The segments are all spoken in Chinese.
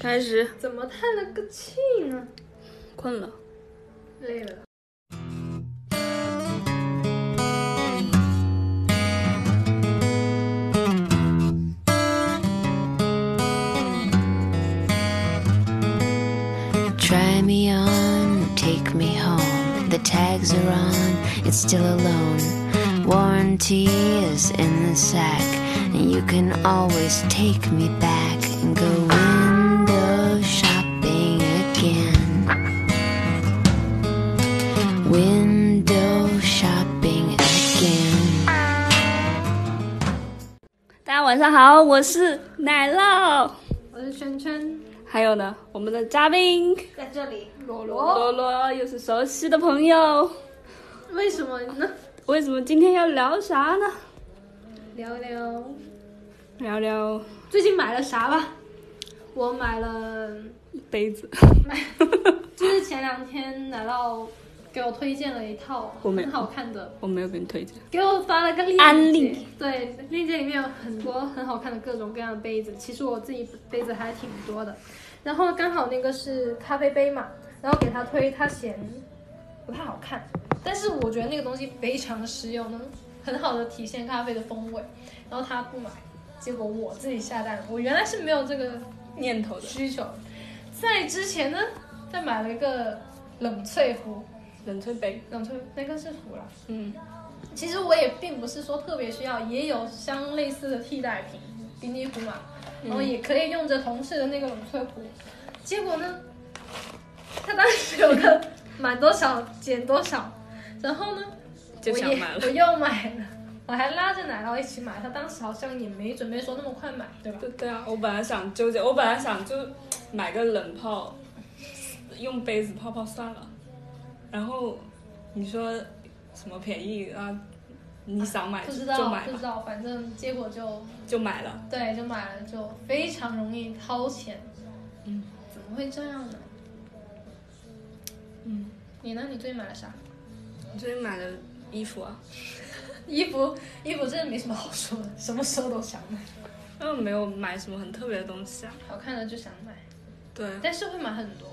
开始，怎么叹了个气呢？困了。累了。 Try me on, take me home. The tags are on, it's still alone. Warranty is in the sack, and you can always take me back and go window shopping again. Window shopping again. 大家晚上好，我是奶酪。我是圈圈，还有呢，我们的嘉宾在这里。罗罗罗，罗又是熟悉的朋友。为什么呢？为什么今天要聊啥呢？聊聊聊聊最近买了啥吧。我买了，杯 子。就是前两天奶酪给我推荐了一套我没很好看的，我没有给你推荐，给我发了个链接，安利对，链接里面有很多很好看的各种各样的杯子，其实我自己杯子还挺多的。然后刚好那个是咖啡杯嘛，然后给他推，他嫌不太好看，但是我觉得那个东西非常实用，能很好的体现咖啡的风味。然后他不买，结果我自己下单了，我原来是没有这个念头的需求，在之前呢，再买了一个冷萃壶，冷萃杯。冷萃那个是壶了。嗯，其实我也并不是说特别需要，也有相类似的替代品，冰激壶嘛，嗯然后也可以用着同事的那个冷萃壶。结果呢，他当时有个满多少减多少，然后呢，就想买我了。也我又买了，我还拉着奶酪一起买。他当时好像也没准备说那么快买，对吧？对对啊，我本来想纠结，我本来想就买个冷泡，用杯子泡泡算了。然后你说什么便宜啊？你想买不就知就道，买不吧知，道，反正结果就就买了。对，就买了，就非常容易掏钱。嗯，怎么会这样呢？嗯，你呢？你最近买了啥？你最近买的衣服啊？衣服，衣服真的没什么好说的，什么时候都想买，因哦为没有买什么很特别的东西啊。好看的就想买，对，但是会买很多。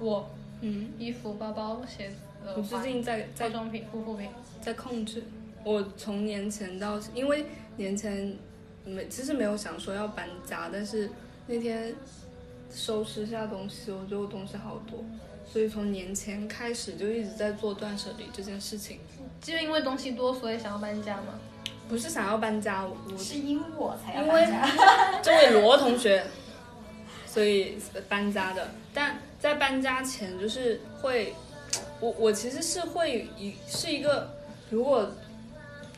我嗯，衣服、包包、鞋子、耳我最环、近在化在妆品、护肤品，在控制。我从年前到，因为年前没其实没有想说要搬家，但是那天收拾下东西，我觉得我东西好多，所以从年前开始就一直在做断舍离这件事情。就是因为东西多，所以想要搬家嘛。不是想要搬家，我我是因为我才要因为搬家。 这位罗同学，所以搬家的。但在搬家前，就是会，我我其实是会一是一个，如果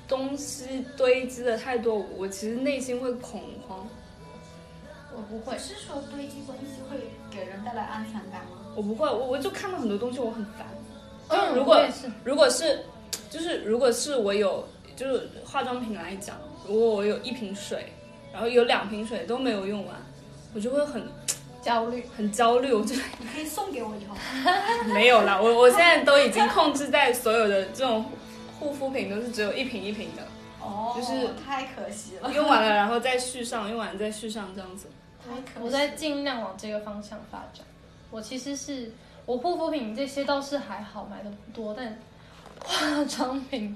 东西堆积的太多，我其实内心会恐慌，我不会不，是说堆积东西会给人带来安全感吗？我不会，我我就看到很多东西我很烦。嗯，如果我也是，如果是，就是如果是我有，就是化妆品来讲，如果我有一瓶水，然后有两瓶水都没有用完，我就会很焦虑，很焦虑，我就 你可以送给我以后。没有啦，我我现在都已经控制在所有的这种护肤品都是只有一瓶一瓶的，哦，就是太可惜了。用完了然后再续上，用完了再续上这样子。太可惜了我在尽量往这个方向发展。我其实是我护肤品这些倒是还好，买的不多，但化妆品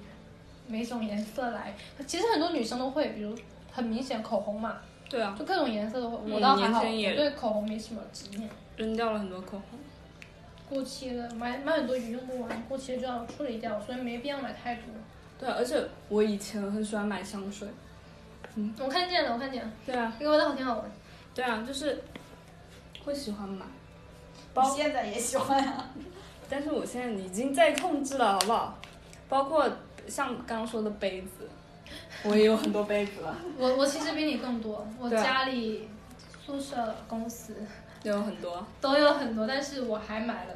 每种颜色来，其实很多女生都会，比如很明显口红嘛，对啊，就各种颜色都会。嗯我倒还好，年轻也我对口红没什么执念。扔掉了很多口红。过期了，买买很多也用不完，过期了就要处理掉，所以没必要买太多。对啊，而且我以前很喜欢买香水。我看见了，我看见了，对啊，这个味道挺好闻。对啊，就是会喜欢买，你现在也喜欢啊？但是我现在已经在控制了，好不好？包括像刚刚说的杯子，我也有很多杯子了，我我其实比你更多，我对啊家里、宿舍、公司有很多。都有很多，但是我还买了。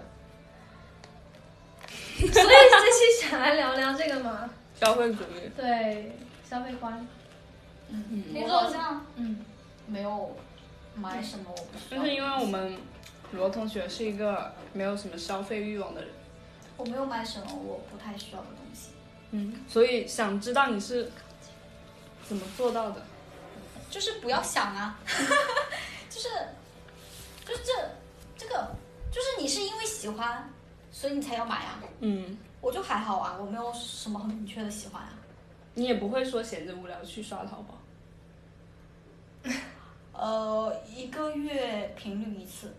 所以这期想来聊聊这个嘛，消费主义，对消费嗯观，我好像嗯，没有买什么，我不知就道是。因为我们罗同学是一个没有什么消费欲望的人。我没有买什么我不太需要的东西。嗯，所以想知道你是怎么做到的？ 就是不要想啊，就是就是这这个，就是你是因为喜欢，所以你才要买啊。嗯，我就还好啊，我没有什么很明确的喜欢啊。你也不会说闲着无聊去刷淘宝。呃，一个月频率一次，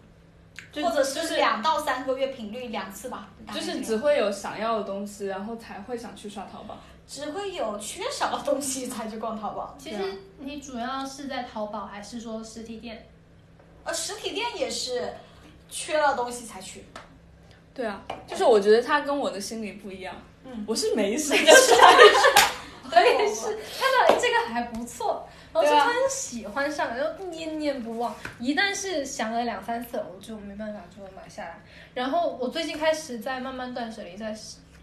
就或者就是是两到三个月频率两次吧。大概就是这只样会有想要的东西，然后才会想去刷淘宝。只会有缺少的东西才去逛淘宝，其实对啊你主要是在淘宝还是说实体店？而实体店也是缺了东西 才去。对啊，就是我觉得他跟我的心理不一样。嗯我是没事就刷。我也是看到哎这个还不错，然后就对啊突然喜欢上了，然后念念不忘。一旦是想了两三次，我就没办法就买下来。然后我最近开始在慢慢断舍离，在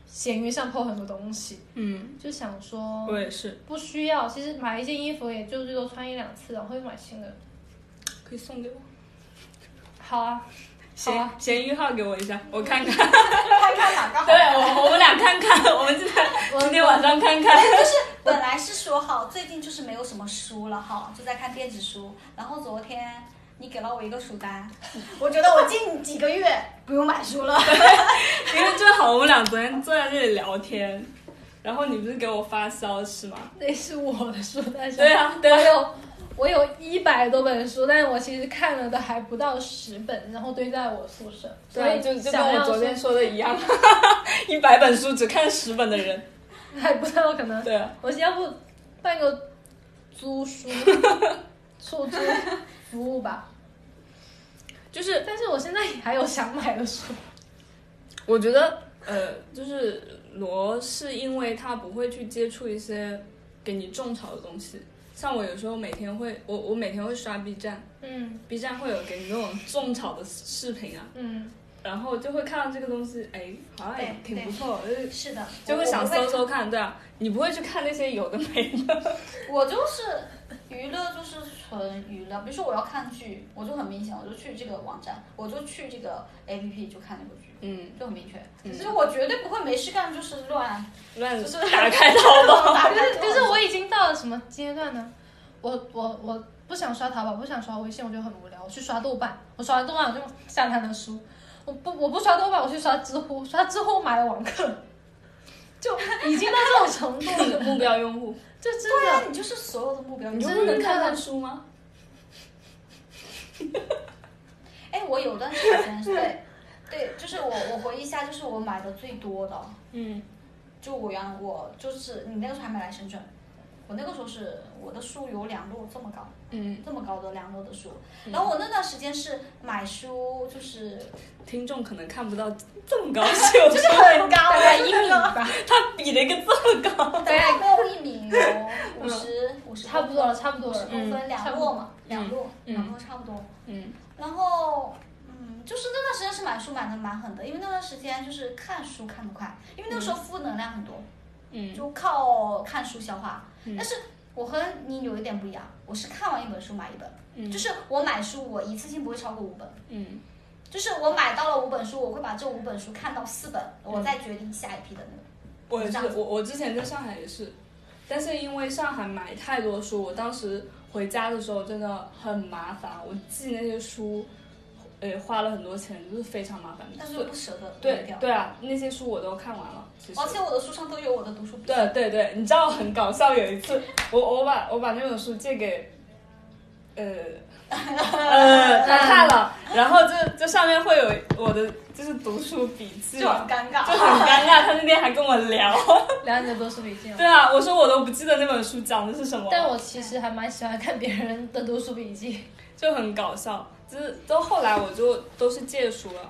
闲鱼上抛很多东西，嗯，就想说 我也是，不需要。其实买一件衣服也就最多穿一两次，然后又买新的。可以送给我。好啊，好闲啊，闲鱼号给我一下，我看看。 看看哪个好对，我我们俩看看，我们今天今天晚上看看。就是 本来是说好，最近就是没有什么书了哈，就在看电子书。然后昨天你给了我一个书单，我觉得我近几个月不用 买书 了。因为正好我们俩昨天坐在这里聊天，然后你不是给我发消息吗？那是我的书单上。对啊，对我啊，有我有一百多本书，但是我其实看了的还不到十本，然后堆在我宿舍，所对啊，以就就跟想我要昨天是说的一样， 一百本书只看十本的人。还不到可能，对啊，我要不办个租书出租服务吧。就是但是我现在还有想买的 书，我觉得，呃，就是罗是因为他不会去接触一些给你种草的东西。像我有时候每天会，我我每天会刷 B 站嗯，B 站会有给你那种种草的视频啊，嗯，然后就会看到这个东西，哎，好像也对挺不错，就是是的，就会我想我搜搜看，对啊，你不会去看那些有的没的，我就是娱乐，就是纯娱乐。比如说我要看剧，我就很明显，我就去这个网站，我就去这个 APP 就看那个剧，嗯，就很明确。嗯就是我绝对不会没事干就是乱 乱就是打开淘 宝，打就开是这种，就是我已经到了什么阶段呢？我我我不想刷淘宝，不想刷微信，我就很无聊，我去刷豆瓣，我刷完豆瓣我就下单的书。我不我不刷豆瓣，我去刷知乎，刷知乎买了网课， 就已经到这种程度了，目标用户，就真对啊的，你就是所有的目标，你就就真不的能看看看到书吗？哎，我有段时 间是对，对，就是我我回忆一下，就是我买的最多的，嗯，就我原我就是你那个时候还没来深圳，我那个时候是我的书有两摞这么高，嗯，这么高的两摞的书，嗯然后我那段时间是买书就是听众可能看不到这么高，就 就是很高，大概一米大吧，他比了一个这么 高，概没有一米有五十五十差不多了，差不多了。公分两摞嘛，嗯两摞嗯两摞差不多，嗯然后。嗯，就是那段时间是买书买的蛮狠的，因为那段时间就是看书看得快，因为那个时候负能量很多，嗯就靠看书消化。嗯但是我和你有一点不一样，我是看完一本书买一本，嗯，就是我买书我一次性不会超过五本，嗯就是我买到了五本书，我会把这五本书看到四本，嗯我再决定下一批的那个。我也是，我我之前在上海也是，但是因为上海买太多书，我当时回家的时候真的很麻烦，我寄那些书，呃，花了很多钱，就是非常麻烦。但是所又以不舍得丢对掉，对啊，那些书我都看完了，其实而。且我的书上都有我的读书笔。对对对，你知道很搞笑，有一次我我把我把那本书借给， 呃呃他看了，然后就就上面会有我的就是读书笔记就很嘛，尴就尬，很尴尬。他那天还跟我聊， 聊你的读书笔记嘛对啊，我说我都不记得那本书讲的是什么，但我其实还蛮喜欢看别人的读书笔记。就很搞笑。就是都后来我就都是借书了，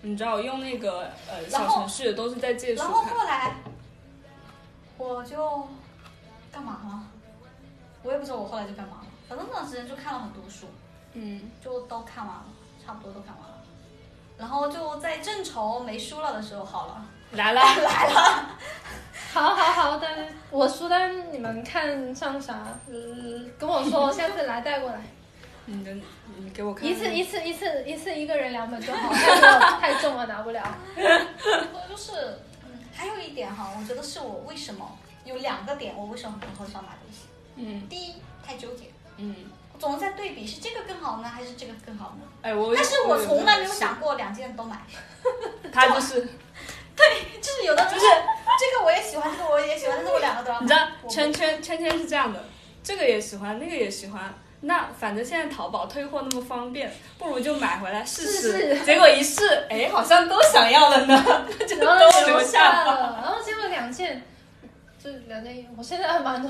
你知道我用那个呃然小后程序都是在借书然后看，后来我就干嘛了？我也不知道我后来就干嘛了，反正那段时间就看了很多书。嗯就都看完了，差不多都看完了。然后就在正愁没书了的时候，好了， 来了来了，好好好，但是我书单你们看上啥，嗯，跟我说，下次来带过来。你的你给我看一次一次一次一次一个人两本就好，太重了太重了拿不了。我就是，嗯，还有一点哈，我觉得是我为什么有两个点，我为什么不会上买东西。嗯第一，太纠结，嗯我总在对比，是这个更好呢，还是这个更好呢？哎，我但是我从来没有想过，过两件都买，他就是对，就是有的就是这个我也喜欢，这个我也喜欢，但是我两个都要买。你知道我不圈圈圈圈是这样的，这个也喜欢，那个也喜欢。那反正现在淘宝退货那么方便，不如就买回来试试。试试结果一试，哎，好像都想要了呢， 那就然后都留留下吧。了，然后结果两件，就两件衣服，我现在还蛮多，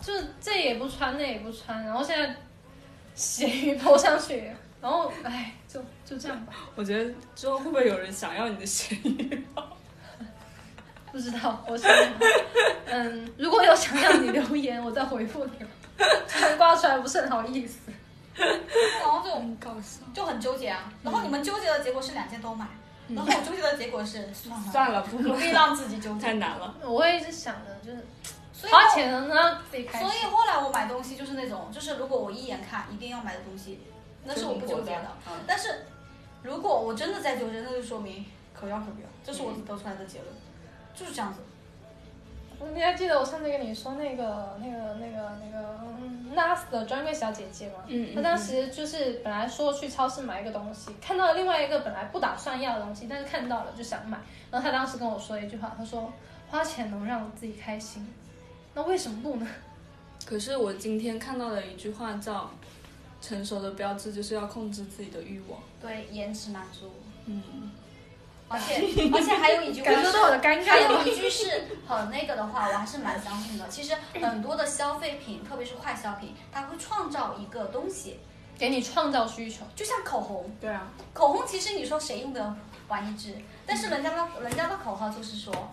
就这也不穿，那也不穿，然后现在咸鱼抛上去，然后哎，就就这样吧，我觉得之后会不会有人想要你的咸鱼 包？不知道，我想，嗯，如果有想要你留言，我再回复 你。穿挂出来不是很好意思，然后就搞笑，就很纠结啊。然后你们纠结的结果是两件都买，然后我纠结的结果是算了，嗯算了，不不必买，让自己纠太结。难了。我会是想着就是所以后花钱了，然后自己开啊所心。以后来我买东西就是那种，就是如果我一眼看一定要买的东西，那是我不纠结的。嗯但是如果我真的在纠结，那就说明可要可不要，这是我得出来的结论，就是这样子。你还记得我上次跟你说那个那个那个那个嗯 NARS 的专柜小姐姐吗？嗯嗯她当时就是本来说去超市买一个东西，看到了另外一个本来不打算要的东西，但是看到了就想买。然后她当时跟我说了一句话，她说花钱能让自己开心，那为什么不呢？ 可是我今天看到了一句话叫“成熟的标志就是要控制自己的欲望对，延迟满足，”。嗯，而且而且还有一句话 感受到我的尴尬还有一句是很那个的话，我还是蛮相信的。其实很多的消费品，特别是快消品，它会创造一个东西，给你创造需求，就像口红，对啊，口红其实你说谁用得完一支？但是人家的人家的口号就是说，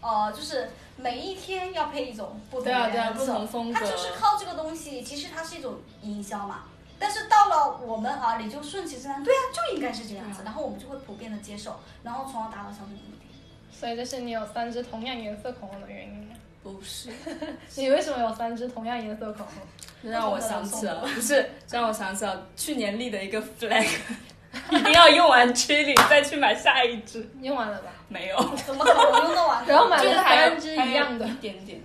呃，就是每一天要配一种不同对啊的对啊颜不色，同风格它就是靠这个东西，其实它是一种营销嘛。但是到了我们耳里就顺其自然，对啊，就应该是这样子，对啊然后我们就会普遍的接受，然后从而达到消费目的。所以这是你有三支同样颜色口红的原因。不是， 你为什么有三支同样颜色口红？这让我想起了，不是这让我想起了去年立的一个 flag，一定要用完 Chili 再去买下一支。用完了吧？没有，怎么可能用得完呢？然后买 就了是还有三支一样的还有一点点，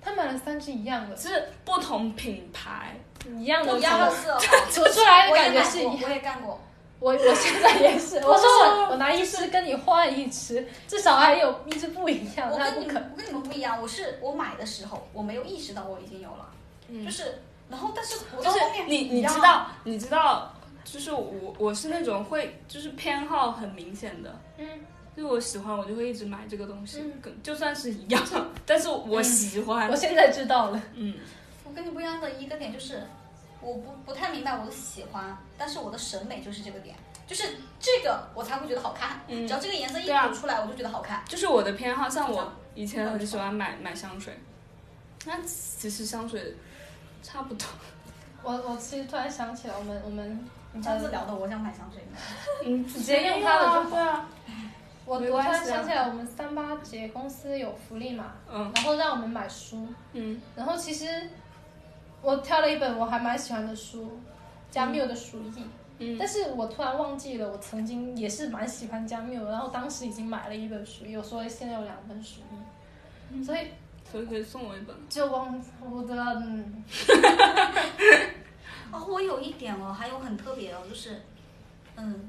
她买了三支一样的，是不同品牌。一样的一样的口红色号，涂出来的 我也感觉买是一样过，。我也干过。我我现在也 是，我说我我拿一支跟你换一支，至少还有一支不一样， 我那跟不你可们，我跟你们不一样，我是我买的时候我没有意识到我已经有了，就是然后但是我嗯就到是后面你你一样知啊道你知道，就是我我是那种会就是偏好很明显的，嗯，就是我喜欢我就会一直买这个东西嗯，跟就算是一样， 但是我喜欢我，现在知道了，嗯，我跟你不一样的一个点就是，我不不太明白我的喜欢，但是我的审美就是这个点，就是这个我才会觉得好看。嗯只要这个颜色一对啊涂出来，我就觉得好看。就是我的偏好，像我以前很喜欢买买香水，那其实香水差不多，我我其实突然想起来，我们我们你上次聊的，我想买香水， 嗯，直接用它的就好对啊，我我没突关系啊然想起来，我们三八节公司有福利嘛，嗯然后让我们买书，嗯，然后其实我挑了一本我还蛮喜欢的书，加缪的《鼠疫》。嗯但是我突然忘记了，我曾经也是蛮喜欢加缪的，然后当时已经买了一本鼠疫，我说现在有两本鼠嗯疫，所以所以可以送我一本。就忘我的嗯，哦，我有一点哦，还有很特别哦，就是，嗯，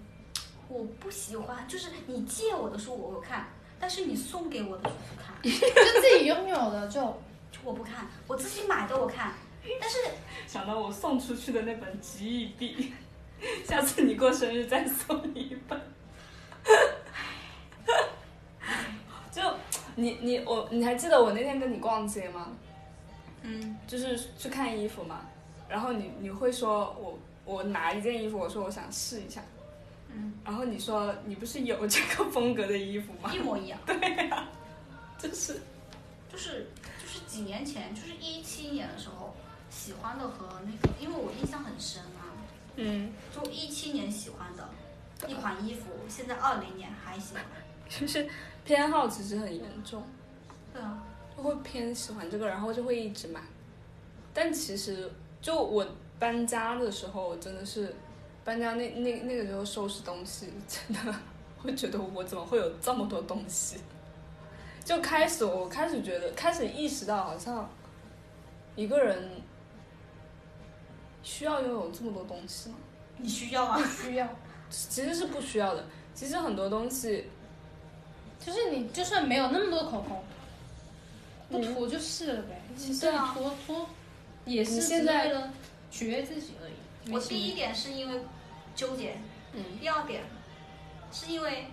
我不喜欢，就是你借我的书我会看，但是你送给我的书不看，就 自己拥有的就就我不看，我自己买的我 看，但是想到我送出去的那本《极易币》， 下次你过生日再送你一本。 就你你我你还记得我那天跟你逛街吗？嗯，就是去看衣服嘛，然后你你会说我我拿一件衣服，我说我想试一下，嗯，然后你说你不是有这个风格的衣服吗 一？模一样，就是就是就是几年前，就是一七年的时候喜欢的和那个，因为我印象很深啊，嗯，就一七年喜欢的一款衣服，现在二零年还喜欢。就是偏好其实很严重。对啊，就会偏喜欢这个，然后就会一直买。但其实就我搬家的时候，真的是搬家那那那个时候收拾东西，真的会觉得我怎么会有这么多东西？就开始我开始觉得，开始意识到好像一个人需要拥有这么多东西吗？你需要啊吗？需要。其实是不需要的。其实很多东西，就是你就算没有那么多口红，不涂就是了呗。对啊涂涂也你是现只在为了取悦自己而已。我第一点是因为纠结，嗯，第二点是因为，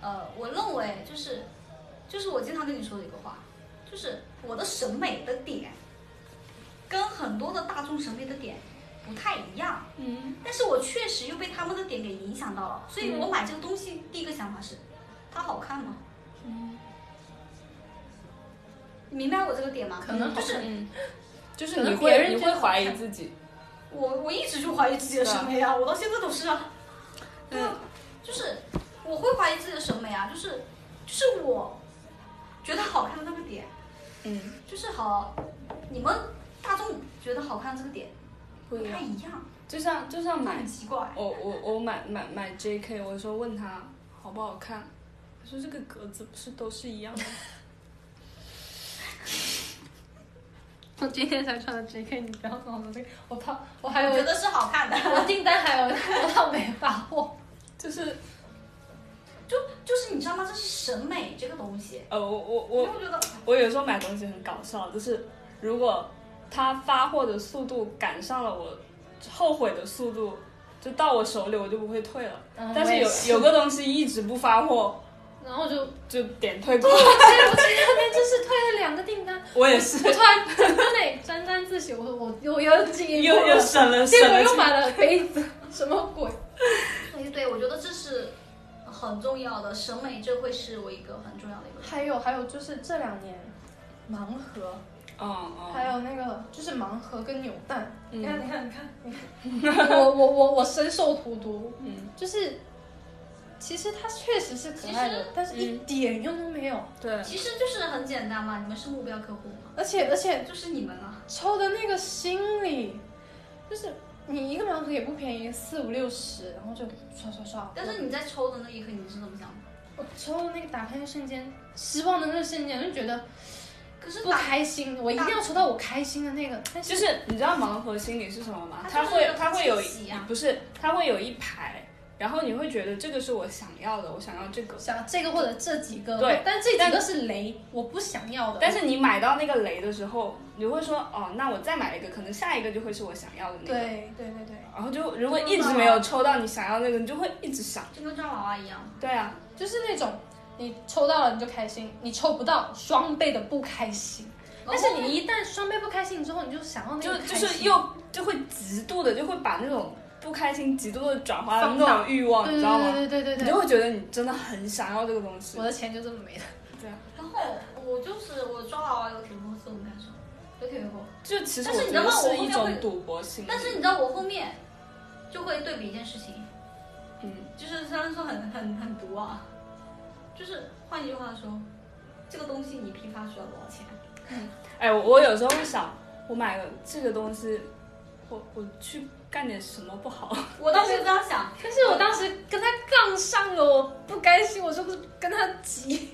呃，我认为就是，就是我经常跟你说的一个话，就是我的审美的点，跟很多的大众审美的点不太一样，嗯，但是我确实又被他们的点给影响到了，所以我买这个东西第一个想法是，它好看吗？你明白我这个点吗？可能好就是嗯，就是可能你别会人你觉会得好怀疑看自己，我我一直就怀疑自己的审美啊，我到现在都是啊。对啊，就是我会怀疑自己的审美啊，就是就是我觉得好看的那个点，嗯，就是好，你们大众觉得好看的这个点不不一太样。一样，就像就像买很奇怪。我我我买买买 JK，我说问他好不好看，他说这个格子不是都是一样的吗， 我今天才穿的 JK，你不要跟我说这个，我怕 我还有我觉得是好看的，我订单还有 多到没发 货。就是就就是你知道吗？这是审美这个东西，呃我我因我为我觉得我有时候买东西很搞笑，就是如果它发货的速度赶上了我后悔的速度，就到我手里我就不会退了。嗯但我是也有是有个东西一直不发货，然后就，就点退对，款。我前两天就是退了两个订 单， 我也是 我，突然在那里沾沾自喜，我说我我又进一步又又了，省 了结省果了又钱。买了杯子， 什么鬼？对哎对，我觉得这是很重要的，审美这会是我一个很重要的一个。还有还有就是这两年，盲盒，嗯还嗯，有那个就是盲盒跟扭蛋，嗯你看你看你看你看， 我我我我深受荼毒，嗯，就是其实它确实嗯是可爱其的实，但是一点用都没有，对，其实就是很简单嘛，你们是目标客户嘛，而且而且就是你们啊。抽的那个心理，就是你一个盲盒也不便宜，四五六十，然后就刷刷刷。但是你在抽的那一刻，你是怎么想的？我抽的那个打开那瞬间，失望的那个瞬间，就觉得可是不打开心，我一定要抽到我开心的那个。但就是是你知道盲盒心理是什么吗？它它就是会它会有惊喜啊不是它会有一排，然后你会觉得这个是我想要的，我想要这个。想这个或者这几个，对但这几但个是雷，我不想要的。但是你买到那个雷的时候，你会说哦，那我再买一个，可能下一个就会是我想要的那个。对对对对，然后就如果一直啊没有抽到你想要那个，你就会一直想。就跟抓娃娃一样，对啊，就是那种你抽到了你就开心，你抽不到双倍的不开心。但是你一旦双倍不开心之后，哦你就想要那就个就开心是又就会极度的就会把那种不开心极度的转化放成大那种欲望，对你知道吗？对对对对你对就会觉得你真的很想要这个东西我。的钱就这么没了。然后我就是我抓娃娃有挺多次我感受，有挺多。就其实但是我你觉知得道吗我是后一面种会赌博心理。但是你知道我后面就会对比一件事情，嗯，就是虽然说很很很毒啊，就是换一句话说，这个东西你批发需要多少钱？哎，我我有时候会想，我买了这个东西，我我去干点什么不好？我当时就这样想， 但是我当时跟他杠上了，我不甘心，我说跟他急，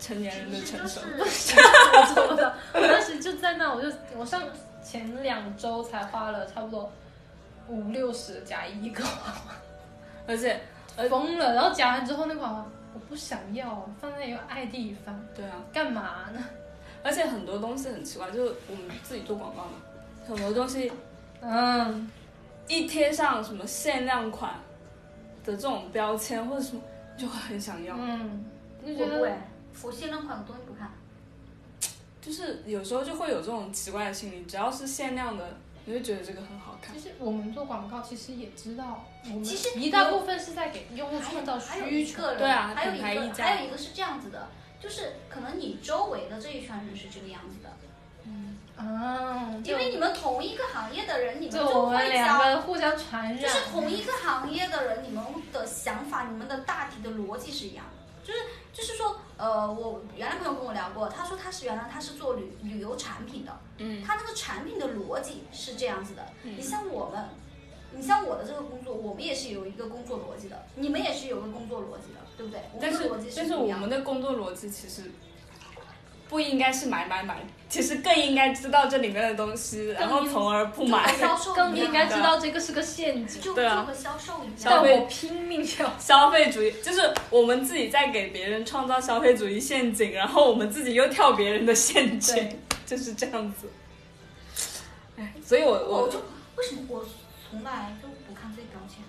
成年人的其实成就熟。是我做不到。我当时就在那，我就我上前两周才花了差不多五六十加一个娃 而且，娃，疯了。然后夹完之后，那个娃娃我不想要，放在那里又爱地一番，对啊，干嘛呢？而且很多东西很奇怪，就是我们自己做广告嘛，很多东西嗯，一贴上什么限量款的这种标签或者什么，就会很想要。嗯，就觉我不得会，我限量款的东西不看，就是有时候就会有这种奇怪的心理，只要是限量的，你会觉得这个很好看其。实我们做广告，其实也知道，我们其实一大部分是在给用户创造还有一需求。个人，对啊还有一品牌溢个价还有一个是这样子的，就是可能你周围的这一圈人是这个样子的，啊，因为你们同一个行业的人，你们就就我们会两交，个互相传就染，是同一个行业的人，你们的想法、你们的大体的逻辑是一样的。就是就是说，呃，我原来朋友跟我聊过，他说他是原来他是做旅旅游产品的，嗯他那个产品的逻辑是这样子的。嗯你像我们，你像我的这个工作，我们也是有一个工作逻辑的，你们也是有个工作逻辑的，对不对？我但们的是逻辑但不一我样的们。的工作逻辑其实不应该是买买买，其实更应该知道这里面的东西，然后从而不就买和。销售更一样应该知道这个是个陷阱，就对啊就和销售一消但样，费我拼命要。消费主义就是我们自己在给别人创造消费主义陷阱，然后我们自己又跳别人的陷对阱，就是这样子。哎，所以我我我哦就为什么我从来就不看这些标签，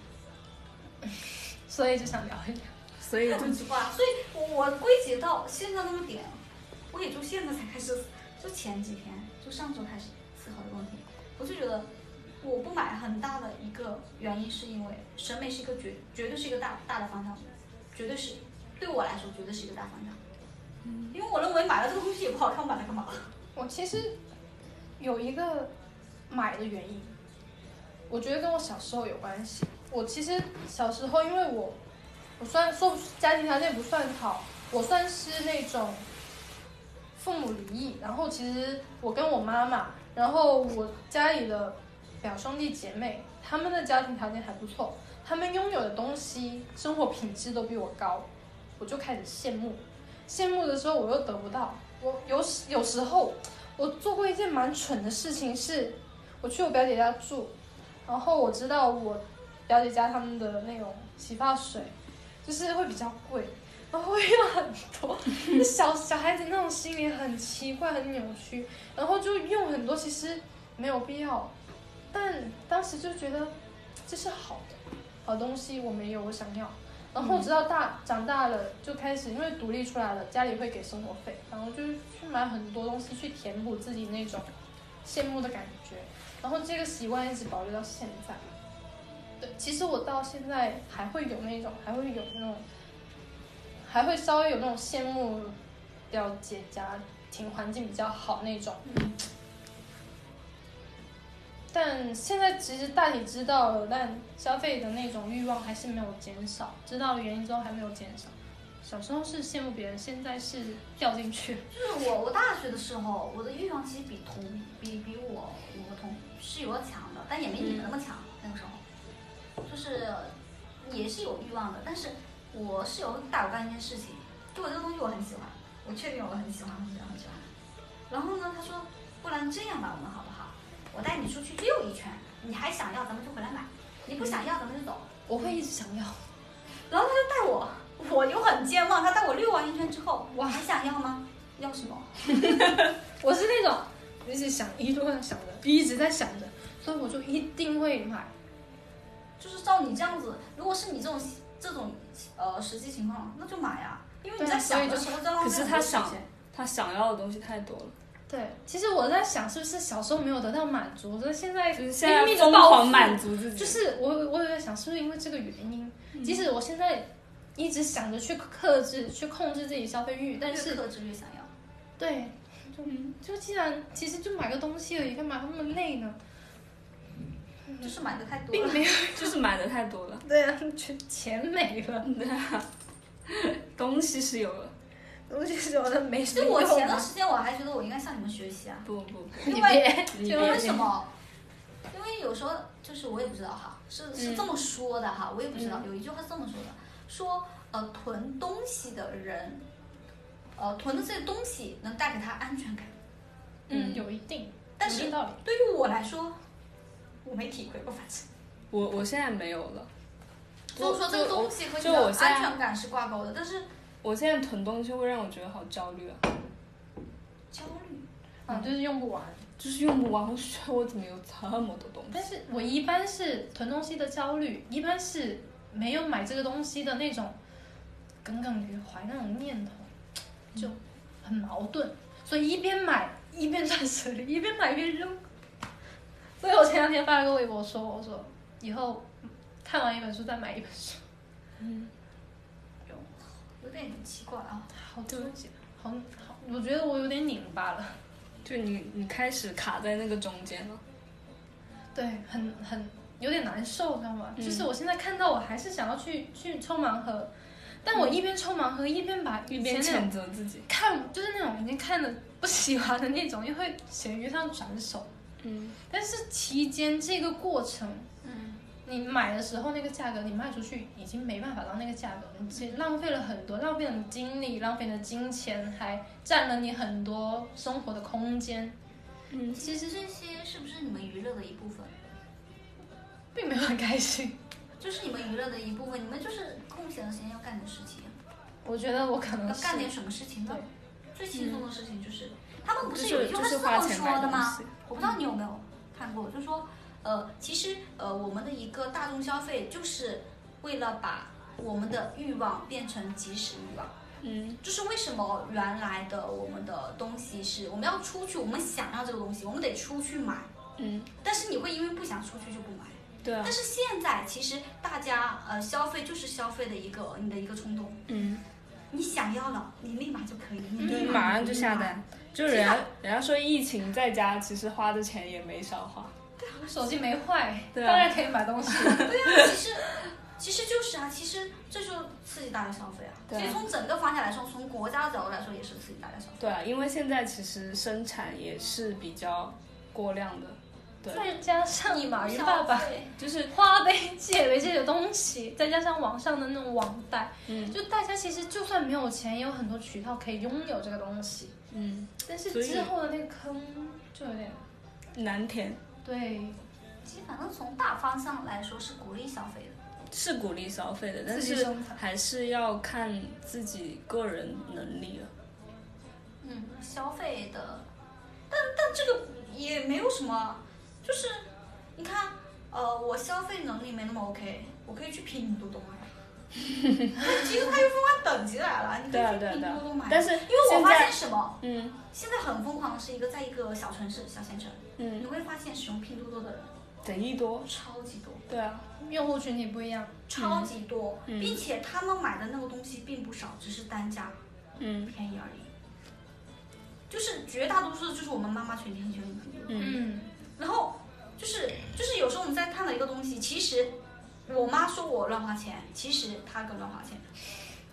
所以就想聊一聊。所以就很奇怪，所以我归结到现在那个点，我也就现在才开始，就前几天，就上周开始思考这个问题，我就觉得我不买很大的一个原因是因为审美是一个绝绝对是一个大大的方向，绝对是对我来说绝对是一个大方向，因为我认为买了这个东西也不好看，我买它干嘛？我其实有一个买的原因，我觉得跟我小时候有关系。我其实小时候，因为我我虽然说不家庭条件不算好，我算是那种父母离异，然后其实我跟我妈妈，然后我家里的表兄弟姐妹，他们的家庭条件还不错，他们拥有的东西、生活品质都比我高，我就开始羡慕。羡慕的时候我又得不到，我有时有时候我做过一件蛮蠢的事情是，我去我表姐家住，然后我知道我表姐家他们的那种洗发水就是会比较贵，然后会用很多， 就小小孩子那种心理很奇怪很扭曲，然后就用很多其实没有必要，但当时就觉得这是好的，好东西我没有我想要。然后直到大长大了，就开始因为独立出来了，家里会给生活费，然后就是去买很多东西去填补自己那种羡慕的感觉，然后这个习惯一直保留到现在。对，其实我到现在还会有那种，还会有那种，还会稍微有那种羡慕表姐家庭环境比较好那种。但现在其实大体知道了，但消费的那种欲望还是没有减少。知道了原因之后还没有减少。小时候是羡慕别人，现在是掉进去。就是我，我大学的时候，我的欲望其实比同比比我我同室友要强的，但也没你们那么强。那个时候，就是也是有欲望的，但是我室友带我干一件事情，对我这个东西我很喜欢，我确定我很喜欢，很喜欢，很喜欢。然后呢，他说，不然这样吧，我们好不好？我带你出去溜一圈，你还想要咱们就回来买，你不想要咱们就走。 我会一直想要，然后他就带我，我又很健忘，他带我溜完一圈之后，我哇还想要吗？要什么？我是那种一直想，一直在想着，一直在想着，所以我就一定会买。就是照你这样子，如果是你这种这种呃实际情况，那就买呀、因为你啊在想的时候在浪费可很是多他时间。想他想要的东西太多了，对，其实我在想，是不是小时候没有得到满足，所以现在就是现在拼命地疯报狂复满足自己，就是我我有在想，是不是因为这个原因？即使我现在一直想着去克制、去控制自己消费欲，但越是克制越想要。对，就就既然其实就买个东西而已，干嘛那么累呢？嗯就是买的太多并了，没有就是买的太多了，对啊，钱钱没了，东西是有了，我就觉得没什就么我用前段啊。时间我还觉得我应该向你们学习啊，不不不，你别因为，你因为别为什么？因为有时候就是我也不知道哈，是嗯是这么说的哈，我也不知道，有一句话是这么说的，说呃囤东西的人，呃囤的这些东西能带给他安全感，嗯，有一定，但是有一定嗯道理。对于我来说，我没体会过，反正。我我现在没有了。所以说这个东西和你就我的现在安全感是挂钩的，但是我现在囤东西会让我觉得好焦虑啊，焦虑，嗯，就是用不完。就是用不完，我觉得我怎么有这么多东西？但是我一般是囤东西的焦虑，一般是没有买这个东西的那种耿耿于怀那种念头，就很矛盾。所以一边买 一边断舍离，一边买一边扔。所以我前两天发了个微博说，我说以后看完一本书再买一本书，有点奇怪啊。好纠结，好好，我觉得我有点拧巴了。就你你开始卡在那个中间了，对，很很有点难受，知道吗？嗯就是我现在看到，我还是想要去去抽盲盒，但我一边抽盲盒一边把以一边前那种谴责自己，看，就是那种已经看的不喜欢的那种，又会闲鱼上转手。嗯，但是期间这个过程，嗯，你你买的时候那个价格，你卖出去已经没办法到那个价格，你其实浪费了很多，浪费了你精力，浪费了金钱，还占了你很多生活的空间，嗯，其实这些是不是你们娱乐的一部分？并没有很开心。就是你们娱乐的一部分，你们就是空闲的时间要干点事情，我觉得我可能嗯要是干点什么事情呢对？最轻松的事情就是，他们不嗯就是有一是句话就是这花么钱买说的东吗西？我不知道你有没有看过，就是说，呃，其实呃，我们的一个大众消费就是为了把我们的欲望变成即时欲望。嗯，就是为什么原来的我们的东西是我们要出去，我们想要这个东西，我们得出去买，嗯，但是你会因为不想出去就不买。对啊但，是现在其实大家呃消费就是消费的一个你的一个冲动，嗯，你想要了，你立马就可以，你就立马上你就立下马单。就人家人家说疫情在家，其实花的钱也没少花。手机没坏，对啊当然可以买东西。其实其实就是啊，其实这就刺激大家消费啊。对啊其实从整个方向来说，从国家的角度来说，也是刺激大家消费。对啊，因为现在其实生产也是比较过量的，对再加上你马云爸爸 消费就是花呗借呗这些东西，再加上网上的那种网贷，嗯就大家其实就算没有钱，也有很多渠道可以拥有这个东西。嗯但是所以之后的那个坑就有点难填，对，其实反正从大方向来说是鼓励消费的，是鼓励消费的，但刺激是生产还是要看自己个人能力了。嗯，消费的，但但这个也没有什么，就是你看，呃，我消费能力没那么 OK，我可以去拼多多 买。其实它又分化等级来了，你可对啊以对啊对去拼啊多多买。，但是因为现我发在现什么，嗯现在很疯狂的是一个在一个小城市、小县城，你嗯会发现使用拼多多的人贼一多，超级多，对啊，用户群体不一样，超级多，嗯并且他们买的那个东西并不少，只是单价嗯便宜而已。就是绝大多数就是我们妈妈群体很喜欢用拼多多，嗯嗯，然后就是就是有时候我们在探讨一个东西，其实我妈说我乱花钱，其实她更乱花钱，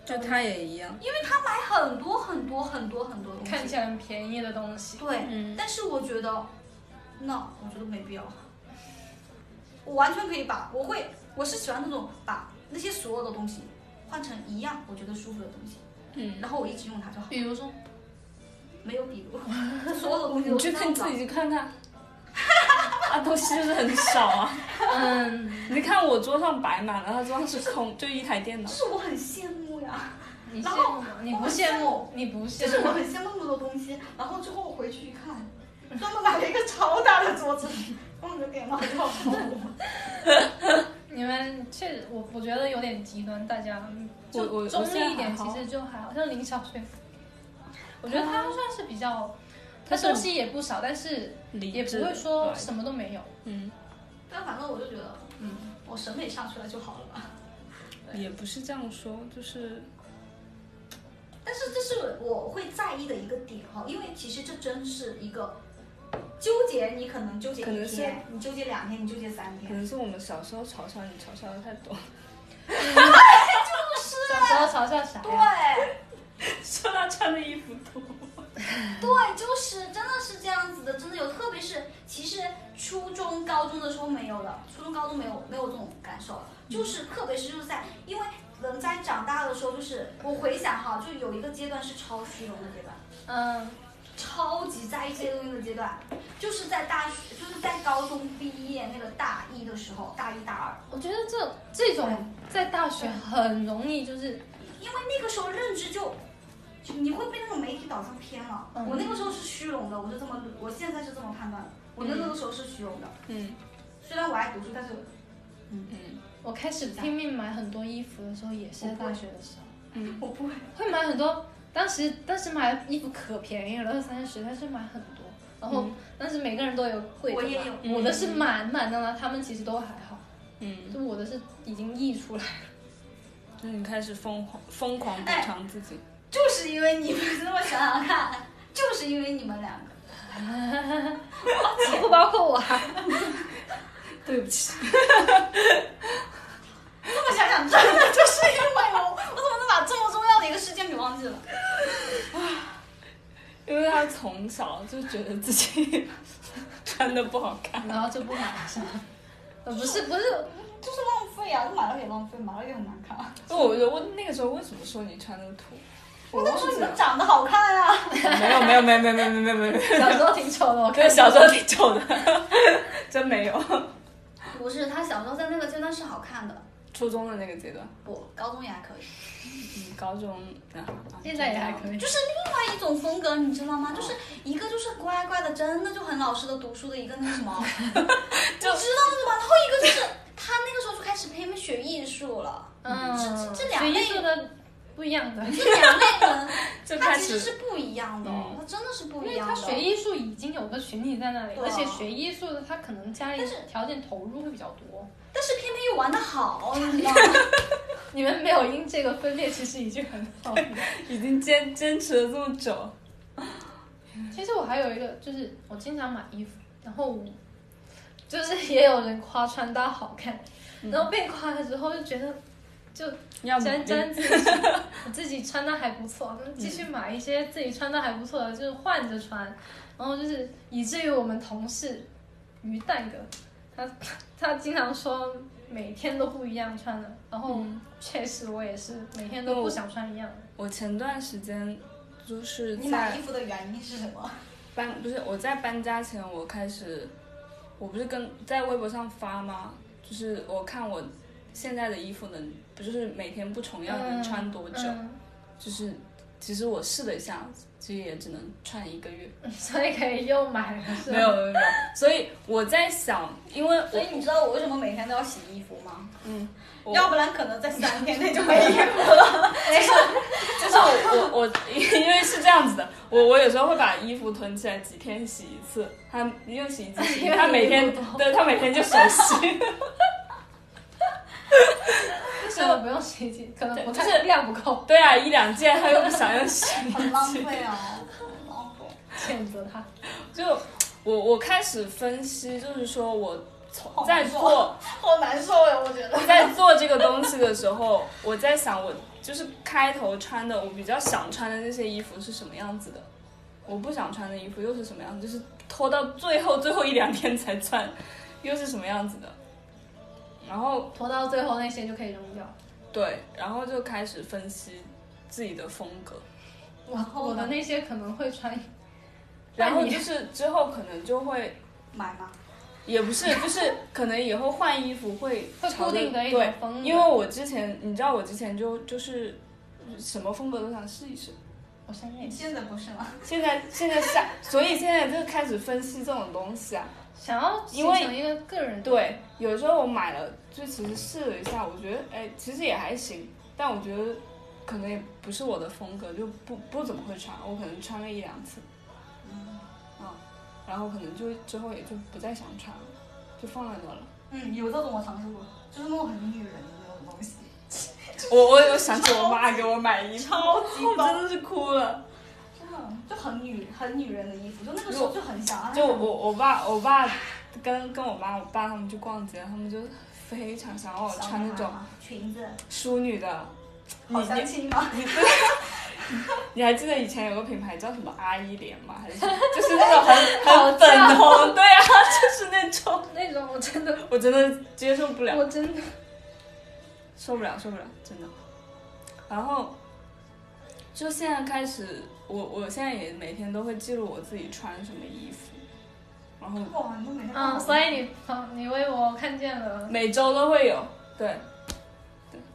就他也一样，因为她买很多很多很多很多东嗯西，看起来很便宜的东西，对，嗯但是我觉得，那、我觉得没必要。我完全可以把，我会，我是喜欢那种把那些所有的东西换成一样我觉得舒服的东西，嗯，然后我一直用它就好。比如说没有 比如，所有的东西你都去是这看样你子自己去看看。 啊，东西就是很少啊！嗯，你看我桌上摆满了，他桌上是空，就一台电脑就。是我很羡 慕呀，你然羡 后慕吗？你不羡慕，你不就羡是我慕，很羡慕那么多东西，然后之后我回去一看，专门买了一个超大 的桌子，然后我就给妈叫我。你们确实，我我觉得有点极端，大家我我就我中现在立一点，还其好实就还好，像林小轩，我觉得他算是比较，他是东西也不少，但是理也智不会说对什么都没有。嗯，但反正我就觉得，嗯，我审美上去了就好了吧。也不是这样说，就是但是这是我会在意的一个点哈，因为其实这真是一个纠结，你可能纠结可一能是天，你纠结两天，你纠结三可天。能是我们小时候嘲笑你嘲笑的太多。小时候嘲笑啥对呀？ 说他穿的衣服多，对，就是真的是这样子的，真的有，特别是其实初中、高中的时候没有了，初中、高中没有没有这种感受了，嗯就是特别是就是在因为人在长大的时候，就是我回想哈，就有一个阶段是超虚荣的阶段。嗯，超级在意这些东西的阶段，就是在大学，就是在高中毕业那个大一的时候，大一大二，我觉得这这种在大学很容易就是因为那个时候认知就，就你会被那种媒体导向偏了。嗯我那个时候是虚荣的，我是这么，我现在是这么判断的。我那个时候是虚荣的，嗯虽然我爱读书，但是嗯我开始拼命买很多衣服的时候，也是在大学的时候，嗯我不会。会买很多。当时当时买的衣服可便宜了，二三十，但是买很多。然后嗯当时每个人都有柜子我嘛，也有我的是满满的了，他们其实都还好，嗯，就我的是已经溢出来了。就你开始疯狂疯狂补偿自己，就是因为你们这么想想看， 就是因为你们两个，不包括我啊，对不起，这么想想真的 就是因为我，我怎么能把这么重要的一个事件给忘记了？因为他从小就觉得自己 穿的不好看，然后就不买了。呃，不是不是，就是浪费啊，就买了也浪费，买了也很难看。那哦我就问那个时候为什么说你穿那个土？我我忘都说记你了们，长得好看呀、啊，没有没有没有没有没有没有没有没有，小时候挺丑的，我对，看小时候挺丑的，真没有。 不是他小时候在那个阶段是好看的，初中的那个阶段，不，高中也还可以。嗯，高中啊，啊现在也还可以就。是另外一种风格，你知道吗？就是一个就是乖乖的，真的就很老实的读书的一个那个什 么，你知道那个吗？然后一个就是他那个时候就开始培养学艺术了，嗯，这两学类艺术的不一样的，这两类人就他开其始实是不一样的哦，他真的是不因一为样他的。哦学艺术已经有个群体在那里，对啊而且学艺术的他可能家里但是条件投入会比较多。但是偏偏又玩的好，你知道吗？ 你们没有因这个分裂，其实已经很好了。已经坚坚持了这么久，其实我还有一个，就是我经常买衣服，然后我就是也有人夸穿搭好看，然后被夸了之后就觉得就嗯要嗯么沾就沾自喜，我自己穿搭还不 错，那继续买一些自己穿搭还不错的，就是换着穿，然后就是以至于我们同事于蛋哥，他 他经常说每天都不一样穿的，然后嗯确实我也是每天都不想穿一样的。我前段时间就是你买在衣服的原因是什么？搬，不是我在搬家前，我开始，我不是跟在微博上发吗？就是我看我现在的衣服能，不就是每天不重样能穿多久？嗯就是其实我试了一下，其实也只能穿一个月，嗯 所以可以又买了，是吧没有，没有没有。所以我在想，因为我所以你知道我为什么每天都要洗衣服吗？我嗯要不然可能在三天内就没衣服。就是我我 我，因为是这样子的，我我有时候会把衣服囤起来，几天洗一次。他因为洗衣机洗，他每天对他每天就手洗，所以我不用洗衣机，可能不太就是量不够，对啊，一两件他又不想要洗，很 浪费哦，很浪费。谴责他。就我我开始分析，就是说我从好在难受做好难受呀，我觉 得。在做这个东西的时候，我在想我就是开头穿的，我比较想穿的那些衣服是什么样子的，我不想穿的衣服又是什么样子，就是拖到最后最后一两天才穿，又是什么样子的。然后拖到最后那些就可以扔掉。对，然后就开始分析自己的风格，我然后呢我的那些可能会穿， 然后那你就是之后可能就会买吗？也不是， 就是可能以后换衣服会会朝固着定的一种对风格因为我之前你知道我之前就就是什么风格都想试一试，我现在也你是现在不是吗？现在现在下， 所以现在就开始分析这种东西啊。想要形成一个个人的对，有时候我买了，就其实试了一下，我觉得哎，其实也还行，但我觉得可能也不是我的风格，就不不怎么会穿，我可能穿个一两次，嗯，啊，然后可能就之后也就不再想穿了，就放在那了。嗯，有这种我尝试过，就是那种很女人的那种东西，我我 有想起我妈给我买衣服，超级我棒真的是哭了。真的就很女很女人的衣服，就那个时候就很想啊。就我我爸我爸跟跟我妈我爸他们去逛街，他们就非常想啊让我想穿那种买裙子，淑女的。你好相你亲吗？你你还记得以前有个品牌叫什么阿姨莲吗？还是什 么就是那种很很粉红，对啊，就是那种，那种，我真的我真的接受不了，我真 的受不了，受不了，真的。然后就现在开始，我我现在也每天都会记录我自己穿什么衣服，然后哇，你都每天嗯，所以你朋你微博我看见了，每周都会有，对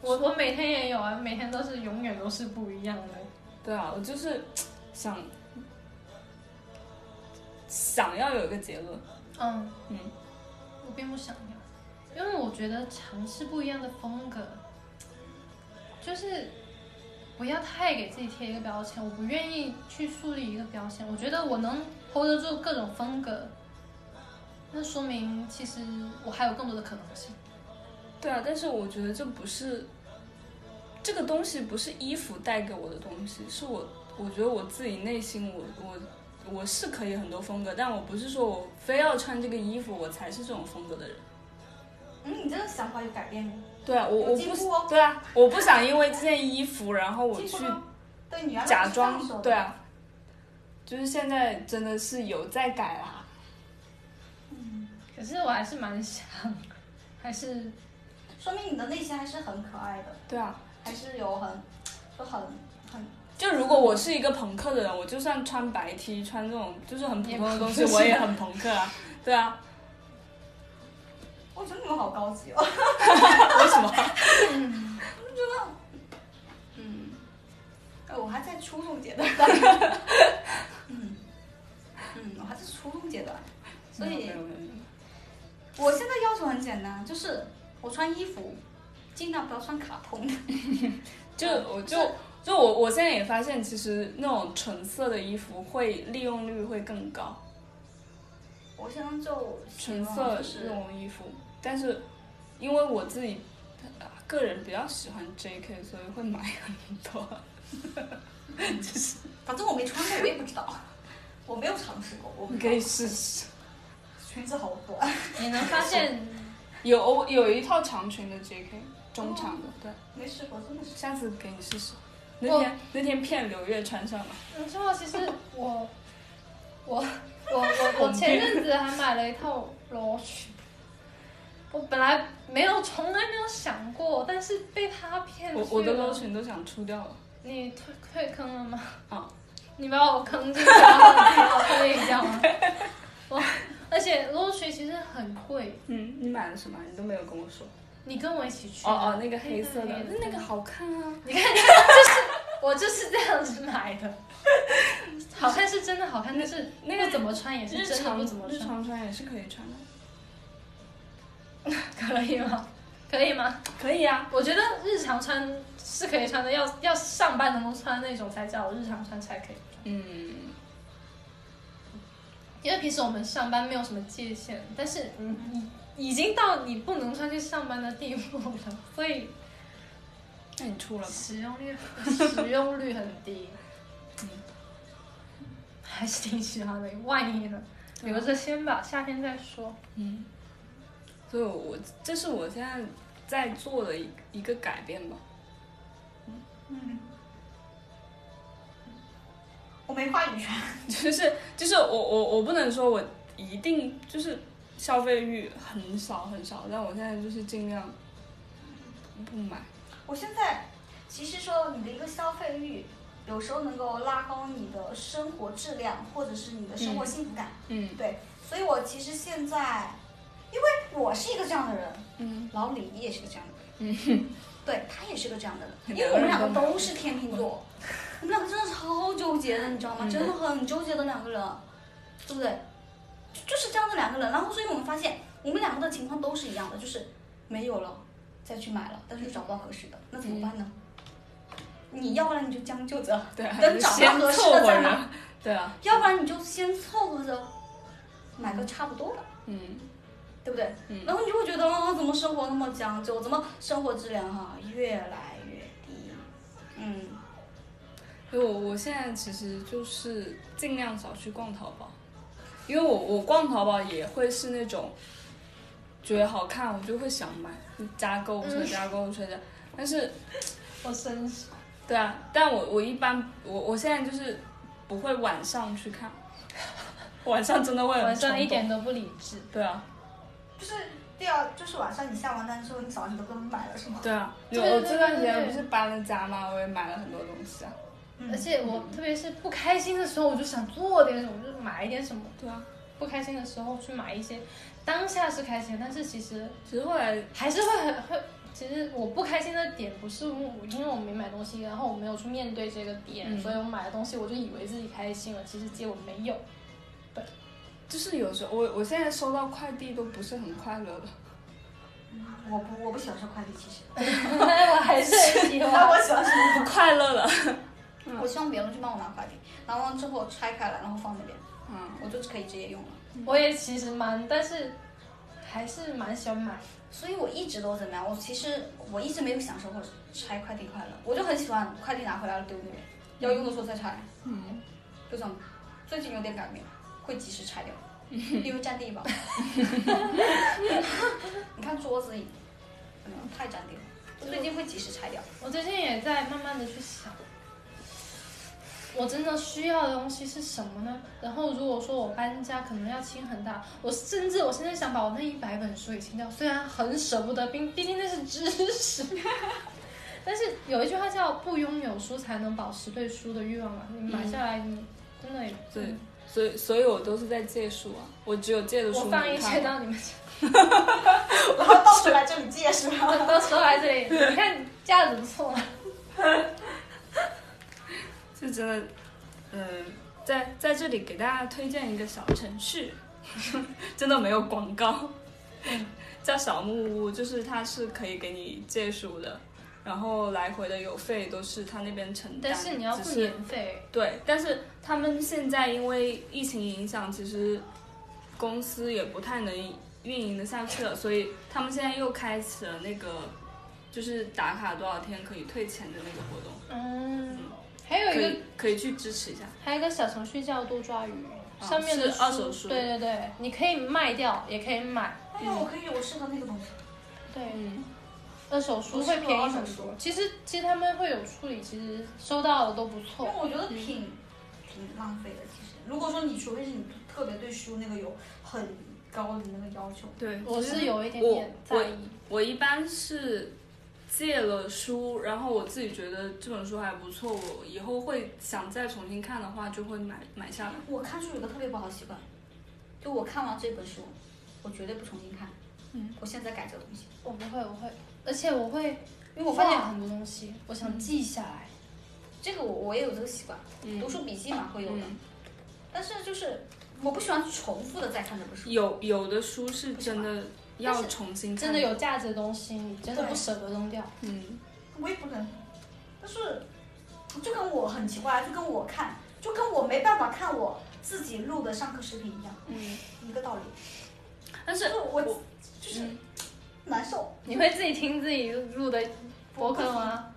我我每天也有啊，每天都是永远都是不一样的。对啊，我就是想想要有一个结论，嗯嗯，我并不想要，因为我觉得尝试不一样的风格，就是不要太给自己贴一个标签。我不愿意去树立一个标签，我觉得我能 hold 得住各种风格，那说明其实我还有更多的可能性。对啊，但是我觉得这不是这个东西，不是衣服带给我的东西，是我我觉得我自己内心我我我是可以很多风格，但我不是说我非要穿这个衣服我才是这种风格的人。嗯，你这个想法有改变吗？对啊，我有我进不步哦对啊，我不想因为这件衣服，然后我进步去吗？对，你原来假不是这样装说的对，啊，就是现在真的是有在改啦。可是我还是蛮想，还 是说明你的内心还是很可爱的，对啊，还是有很就很很就如果我是一个朋克的人，我就算穿白 T，穿这种就是很普通的东西，也不是我也很朋克啊。对啊，我觉得你们好高级 哦。为什么？嗯，哎，我还在初中阶 段。嗯嗯，我还在初中阶段，所没有以没有没有我现在要求很简单，就是我穿衣服尽量不要穿卡通。就我就就我我现在也发现，其实那种纯色的衣服会利用率会更高，我现在就喜纯欢色就是那种衣服。但是因为我自己呃个人比较喜欢 JK，所以会买很多。反正我没穿过，我也不知道，我没有尝试过，我不你知可道以试试。裙子好 短，也能发现有有一套长裙的 JK，中长的，对，没试过，真的是。下次给你试试。那天那天骗柳月穿上了，你知道，其实我我我我我前阵子还买了一套罗裙，我本来没有从来没有想过，但是被他骗去我了。我的 low 裙都想出掉了。你退退坑了吗？啊，你把我坑进去，然后你把我退一下吗？我而且罗裙其实很贵，嗯，你买了什么？你都没有跟我说。你跟我一起去的。哦哦，那个黑色的，黑那个好看啊。你看，就是我就是这样子买的，好看是真的好看，但是那个不怎么穿也是日真的常不怎么日穿，常穿也是可以穿的，可以吗？可以吗？可以啊。我觉得日常穿是可以穿的，要要上班能够穿那种才叫日常穿才可以穿，嗯，因为平时我们上班没有什么界限，但是你嗯你已经到你不能穿去上班的地步了，所以那你出了吧？使用率使用率很低，嗯，还是挺喜欢的，万一呢？对啊留着先吧，夏天再说。嗯，所以我我这是我现在在做的一一个改变吧。 嗯，我没话语权。就是就是我我我不能说我一定就是消费欲很少很少，但我现在就是尽量不买。我现在其实说你的一个消费欲，有时候能够拉高你的生活质量，或者是你的生活幸福感。嗯对，所以我其实现在，因为我是一个这样的人，嗯，老李也是个这样的人， 对他也是个这样的人，因两个为我们人两个都没有都是天 秤座，我们两个真的超纠结的，你知道吗？嗯真的很纠结的两个人，对不对？就就是这样的两个人，然后所以我们发现我们两个的情况都是一样的，就是没有了再去买了，但是又找不到合适的，那怎么办呢？你要不然你就将 就着，对啊，等找到嗯先合适凑的合再着买。对啊，要不然你就先凑合着买个差不多的。嗯对不对？嗯然后你就会觉得，哦，怎么生活那么将就，怎么生活质量哈、越来越低？嗯，所以我我现在其实就是尽量少去逛淘宝，因为我我逛淘宝也会是那种觉得好看，我就会想买，加购物车嗯加购物车加，但是我生气。对啊，但我我一般我我现在就是不会晚上去看，晚上真的会很晚上冲一动点都不理智。对啊就是第二，就是晚上你下完单之后，你早上你都不能买了，是吗？对啊，对我我对这段时对间对不是搬了家嘛，我也买了很多东西啊，嗯而且我特别是不开心的时候，我就想做点什么，就是买一点什么。对啊，不开心的时候去买一些，当下是开心，但是其实其实后来还是会很会。其实我不开心的点不是我，因为我没买东西，然后我没有去面对这个点，嗯所以我买了东西我就以为自己开心了，其实结果没有。就是有时候我我现在收到快递都不是很快乐了。我不，我不喜欢收快递，其实，但我还是很喜但欢。 我喜欢收快不 快乐了。嗯递，我希望别人去帮我拿快递，拿完之后拆开来，然后放那边，嗯，我就可以直接用了。我也其实蛮，但是还是蛮喜欢买的。所以我一直都怎么样？我其实我一直没有享受过拆快递快乐，我就很喜欢快递拿回来了丢那边，要用的时候再拆。嗯，就这种，最近有点改变，会及时拆掉，因为占地方。你看桌子，嗯，太占地 了，最近会及时拆掉。我最近也在慢慢的去想，我真的需要的东西是什么呢？然后如果说我搬家可能要清很大，我甚至我现在想把我那一百本书也清掉，虽然很舍不得，毕毕竟那是知识。 但是有一句话叫“不拥有书才能保持对书的欲望”嘛，你买下来你真的也嗯对，所以所以我都是在借书啊，我只有借的书我放一能些看到你们家，然后到处来这里借是吧？ 我都收来这里，你看架子不错 嘛。就真的，嗯，在在这里给大家推荐一个小程序， 真的没有广告，嗯 叫小木屋，就是它是可以给你借书的，然后来回的邮费都是他那边承担，但是你要只付是年费，对，但是他们现在因为疫情影响，其实公司也不太能运营的下去了，所以他们现在又开启了那个就是打卡多少天可以退钱的那个活动，嗯，还有可一个以可以去支持一下。还有一个小程序叫多抓鱼，啊上面的是二手书对对对，你可以卖掉，也可以买，哎呀，我可以，我适合那个东西。对，嗯，二手书我是会便宜说二很手多。其实其实他们会有处理，其实收到的都不因错为。我觉得挺挺浪费的。其实，如果说你除非是你特别对书那个有很高的那个要求，对，我其实是有一点我点在意，我一般是借了书，然后我自己觉得这本书还不错，我以后会想再重新看的话，就会买买下来。我看书有个特别不好的习惯，就我看完这本书，我绝对不重新看。嗯，我现在改这个东西，我不会，我会，而且我会，因为我我发发现现很多东西，我想记下来。这个我我也有这个习惯，嗯读书笔记嘛会有的，嗯但是就是我不喜欢重复的再看这本书。有有的书是真的要但是重新看，真的有价值的东西，你真的对不舍得扔掉。嗯，我也不能，但是就跟我很奇怪，就跟我看，就跟我没办法看我自己录的上课视频一样，嗯，一个道理。但就是是我我嗯就是难受，你会自己听自己录的博客吗？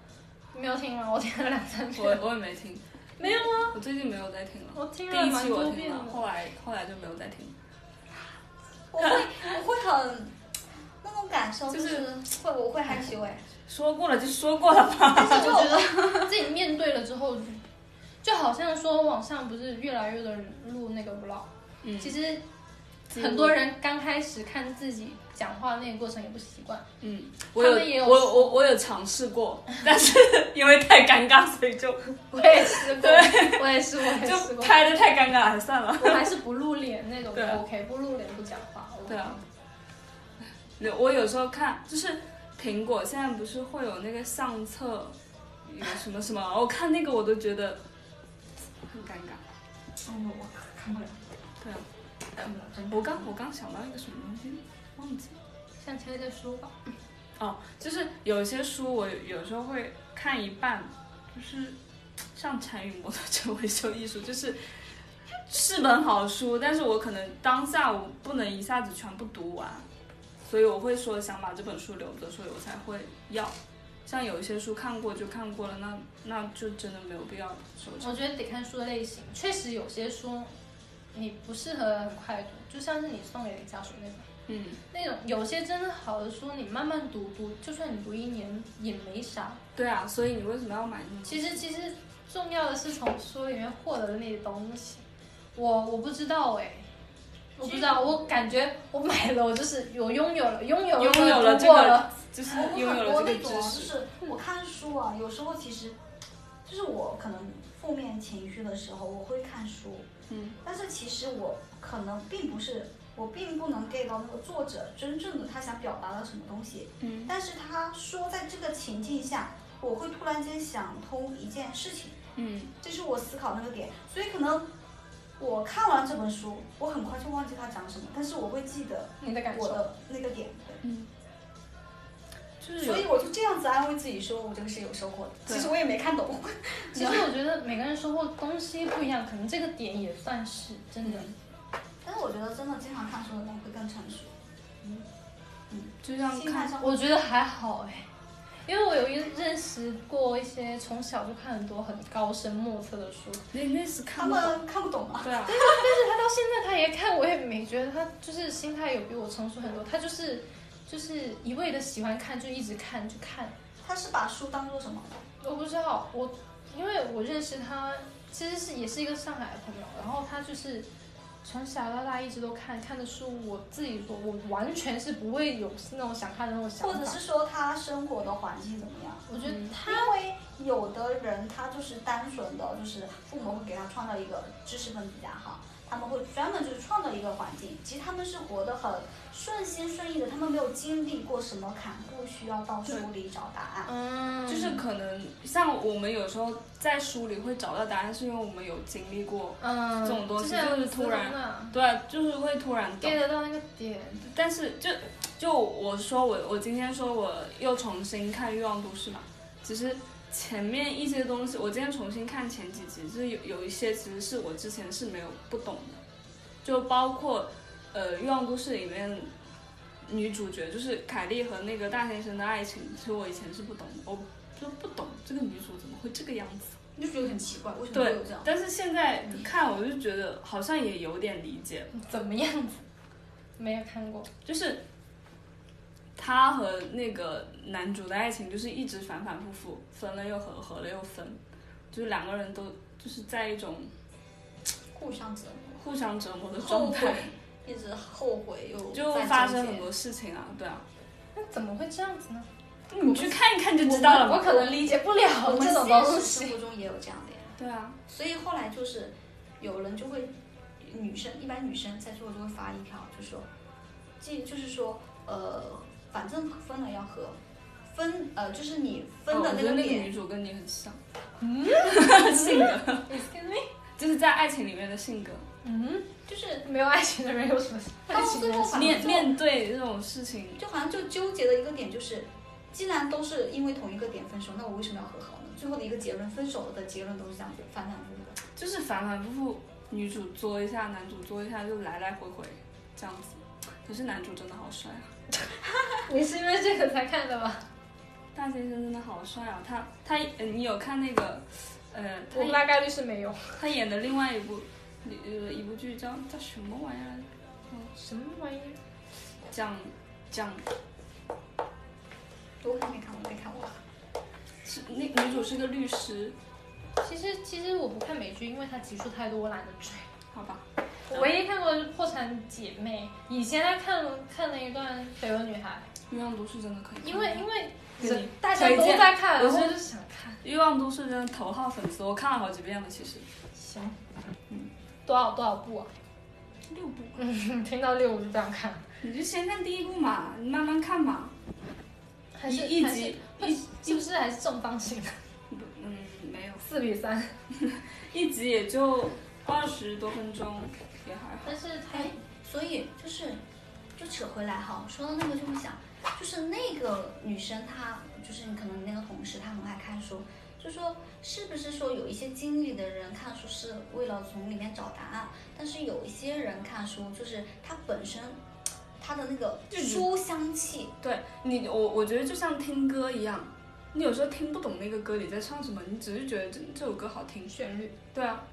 没有听啊吗？我听了两三遍。我我也没听，没有吗？我最近没有在听了。我听了第一蛮期多我遍听了，的。后来后来就没有再听了。我会我会很那种感受，就就是是会我会害羞哎，说过了就说过了吧。但是我觉得自己面对了之后，就就好像说网上不是越来越多人录那个 vlog，、嗯其实很多人刚开始看自己讲话那个过程也不习惯，嗯，我他们也有我我我有尝试过，但是因为太尴尬，所以就我也试过，我也是，我也试就过，拍的太尴尬了，算了。我还是不露脸那种对啊 OK，不露脸不讲话。对啊，我有时候看就是苹果现在不是会有那个相册，有什么什么，我看那个我都觉得很尴尬。嗯，我看不了，对啊，看不了，真的。我刚我刚想到一个什么东西，忘记了。像现在说吧，哦，就是有些书我有时候会看一半，就是像《禅与 摩托车维修艺术》，就是是本好书，但是我可能当下我不能一下子全部读完，所以我会说想把这本书留着，所以我才会要。像有一些书看过就看过了，那那就真的没有必要收藏。我觉得得看书的类型，确实有些书你不适合很快读，就像是你送给家属那种。嗯，那种有些真的好的书，你慢慢读读，就算你读一年也没啥。对啊，所以你为什么要买那么多？其实其实重要的是从书里面获得的那些东西。我我不知道哎、我不知道，我感觉我买了，我就是我拥有了，拥有了，拥有了读这过个了，就是我拥有很了多这那个种知啊，就识，是我看书啊，有时候其实就是我可能负面情绪的时候，我会看书，嗯，但是其实我可能并不是，我并不能 get 到那个作者真正的他想表达的什么东西，嗯，但是他说在这个情境下，我会突然间想通一件事情。嗯这是我思考那个点，所以可能我看完这本书，我很快就忘记它讲什么，但是我会记得你的感我受。的那个点，嗯，就是有所以我就这样子安慰自己说，我这个是有收获的。对其实我也没看懂，其实我觉得每个人收获东西不一样，可能这个点也算是真的。嗯但是我觉得真的经常看书的人会更成熟，就像心态看上我觉得还好哎、因为我有一认识过一些从小就看很多很高深莫测的书，那那是他看不懂，们看不懂啊。对啊，他到现在他也看，我也没觉得他就是心态有比我成熟很多。他就是就是一味的喜欢看，就一直看就看。他是把书当做什么？我不知道我，因为我认识他其实是也是一个上海的朋友，然后他就是从小到大一直都看看的书，我自己我我完全是不会有那种想看的那种想或法，者是说他生活的环境怎么样？我觉得他因为有的人他就是单纯的，就是父母会给他创造一个知识分子家哈，他们会专门就是创造一个环境，其实他们是活得很顺心顺意的，他们没有经历过什么坎坷，需要到书里找答案。嗯就是可能像我们有时候在书里会找到答案，是因为我们有经历过，嗯这种东西就是突然对，啊就是会突然懂 get。得到那个点，但是就就我说我我今天说我又重新看《欲望都市》嘛，其实前面一些东西，我今天重新看前几集，就是有有一些其实是我之前是没有不懂的，就包括呃《欲望都市》里面女主角就是凯莉和那个大先生的爱情，其实我以前是不懂的，我就不懂这个女主怎么会这个样子。你就觉得很奇怪，为什么会对有这样，？但是现在看我就觉得好像也有点理解了怎么样子？没有看过，就是他和那个男主的爱情就是一直反反复复，分了又合，合了又分，就是两个人都就是在一种互相折磨，互相折磨的后状悔态，，一直后悔又就在发纠生结很多事情啊，对啊，那怎么会这样子呢？你去看一看就知道了我嘛，可能理解不了我们这种现东实西生。活中也有这样的呀。对啊，所以后来就是有人就会，女生一般女生在做就会发一条，就说，这就是说，呃，反正分了要合，分呃就是你分哦的我那觉得个那个点，女主跟你很像，嗯， 性格 Excuse me，就是在爱情里面的性 格，嗯，就是没有爱情的人有什么到爱情最哦的后人？反面正面对这种事情，就好像就纠结的一个点就是，既然都是因为同一个点分手，那我为什么要和好呢？最后的一个结论，分手的结论都是这样子反反复复的。就是反反复复，女主作一下，男主作一下，就来来回回这样子。可是男主真的好帅啊！你是因为这个才看的吧？大先生真的好帅啊！他他呃你有看那个呃他我演大概率是没有。他演的另外一部呃一部剧叫叫什么玩意儿来着？什么玩意儿？讲讲我还没看过，再看我。是那女主是个律师，其实其实我不看美剧，因为它集数太多，我懒得追。好吧？我唯一看过的是《破产姐妹》，以前还看看了一段《绯闻女孩欲望都市真的可以看，》，因为因为跟你大家都在看，推然荐后就想看。欲望都市真的头号粉丝，我看了好几遍了，其实行，嗯多少多少部啊？ 六部，嗯，听到六我就不想看了。你就先看第一部嘛，你慢慢看嘛。还一是一还是会集是不是还是正方形的？嗯，没有， 四比三。一集也就二十多分钟，也还好。但是它哎，所以就是，就扯回来哈，说到那个就会想，就是那个女生她，就是你可能你那个同事，她很爱看书，就说是不是说有一些经历的人看书是为了从里面找答案，但是有一些人看书就是他本身，他的那个书香气，对你，我我觉得就像听歌一样，你有时候听不懂那个歌里在唱什么，你只是觉得这这首歌好听，旋律，对啊，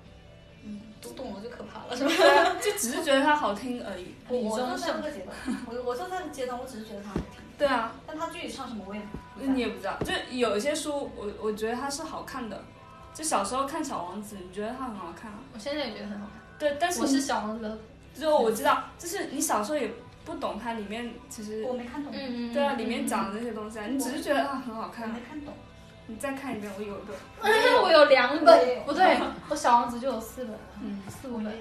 嗯，读懂了就可怕了，是吧？对啊，就只是觉得它好听而已，我理我中就在上这个阶段，我我就在这个阶段，我只是觉得他好听，对啊，但他具体唱什么我也不知道你也不知道，就有一些书，我我觉得它是好看的，就小时候看《小王子》，你觉得它很好看啊，我现在也觉得很好看。对，但是我是小王子，就我知道，就是你小时候也不懂它里面其实我，没看懂，嗯对啊，里面讲的那些东西啊，你只是觉得啊很好我看啊没，看懂。你再看一遍，我有一个， 我有两本，嗯 不对，我小王子就有四本了，嗯，四五本。